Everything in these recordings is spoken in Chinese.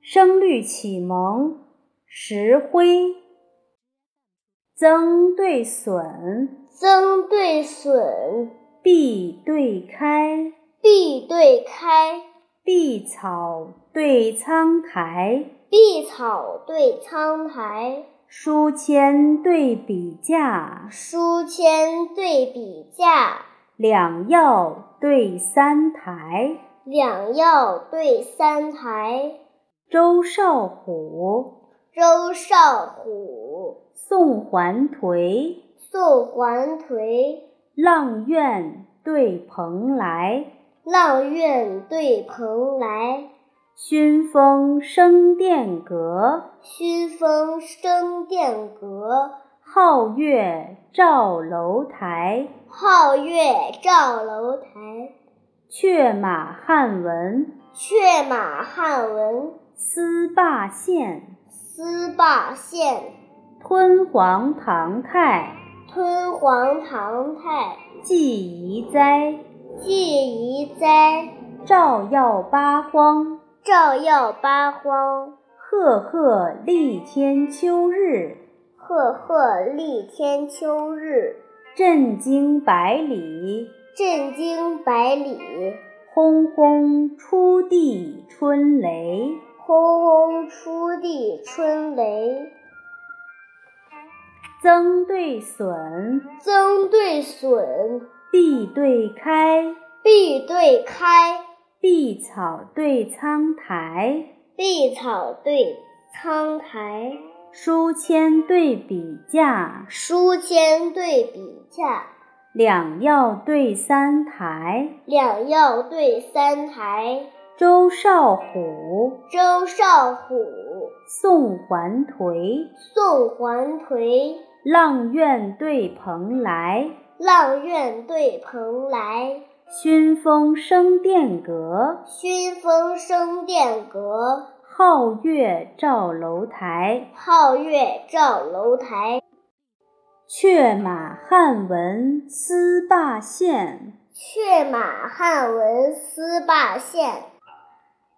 声律启蒙，石灰，增对损，增对损，闭对开，闭对开，碧草对苍苔，碧草对苍苔，书签对笔架，书签对笔架，两药对三台，两药对三台，周少虎，周少虎，宋环颓，宋环颓，阆苑对蓬莱，阆苑对蓬莱，熏风生殿阁，熏风生殿阁，皓月照楼台，皓月照楼台，却马汉文，却马汉文，司霸县，司霸县，敦煌唐泰，敦煌唐泰，记遗哉，记遗哉，照耀八荒。照耀八荒。赫赫立天秋日，赫赫立天秋日，震惊百里，震惊百里，轰轰出地春雷。轰轰出地春雷。增对损，增对损，闭对开，闭对开，碧草对苍苔，碧草对苍苔，书签对笔架，书签对笔架，两药对三台，两药对三台，周少虎，周少虎，宋环颓，宋环颓，阆苑对蓬莱，阆苑对蓬莱，熏风生殿阁，熏风生殿阁，皓月照楼台。皓月照楼台，却马汉文司霸县，却马汉文司霸县。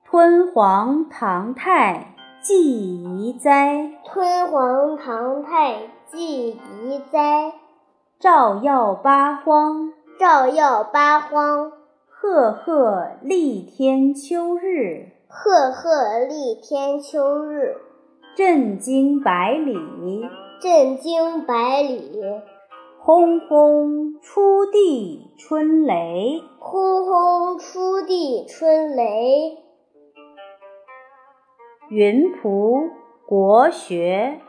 敦煌唐泰记遗哉。敦煌唐太记遗哉，照耀八荒，照耀八荒。赫赫立天秋日，赫赫立天秋日，震惊百里，震惊百里。轰轰出地春雷。轰轰出地春雷。云仆国学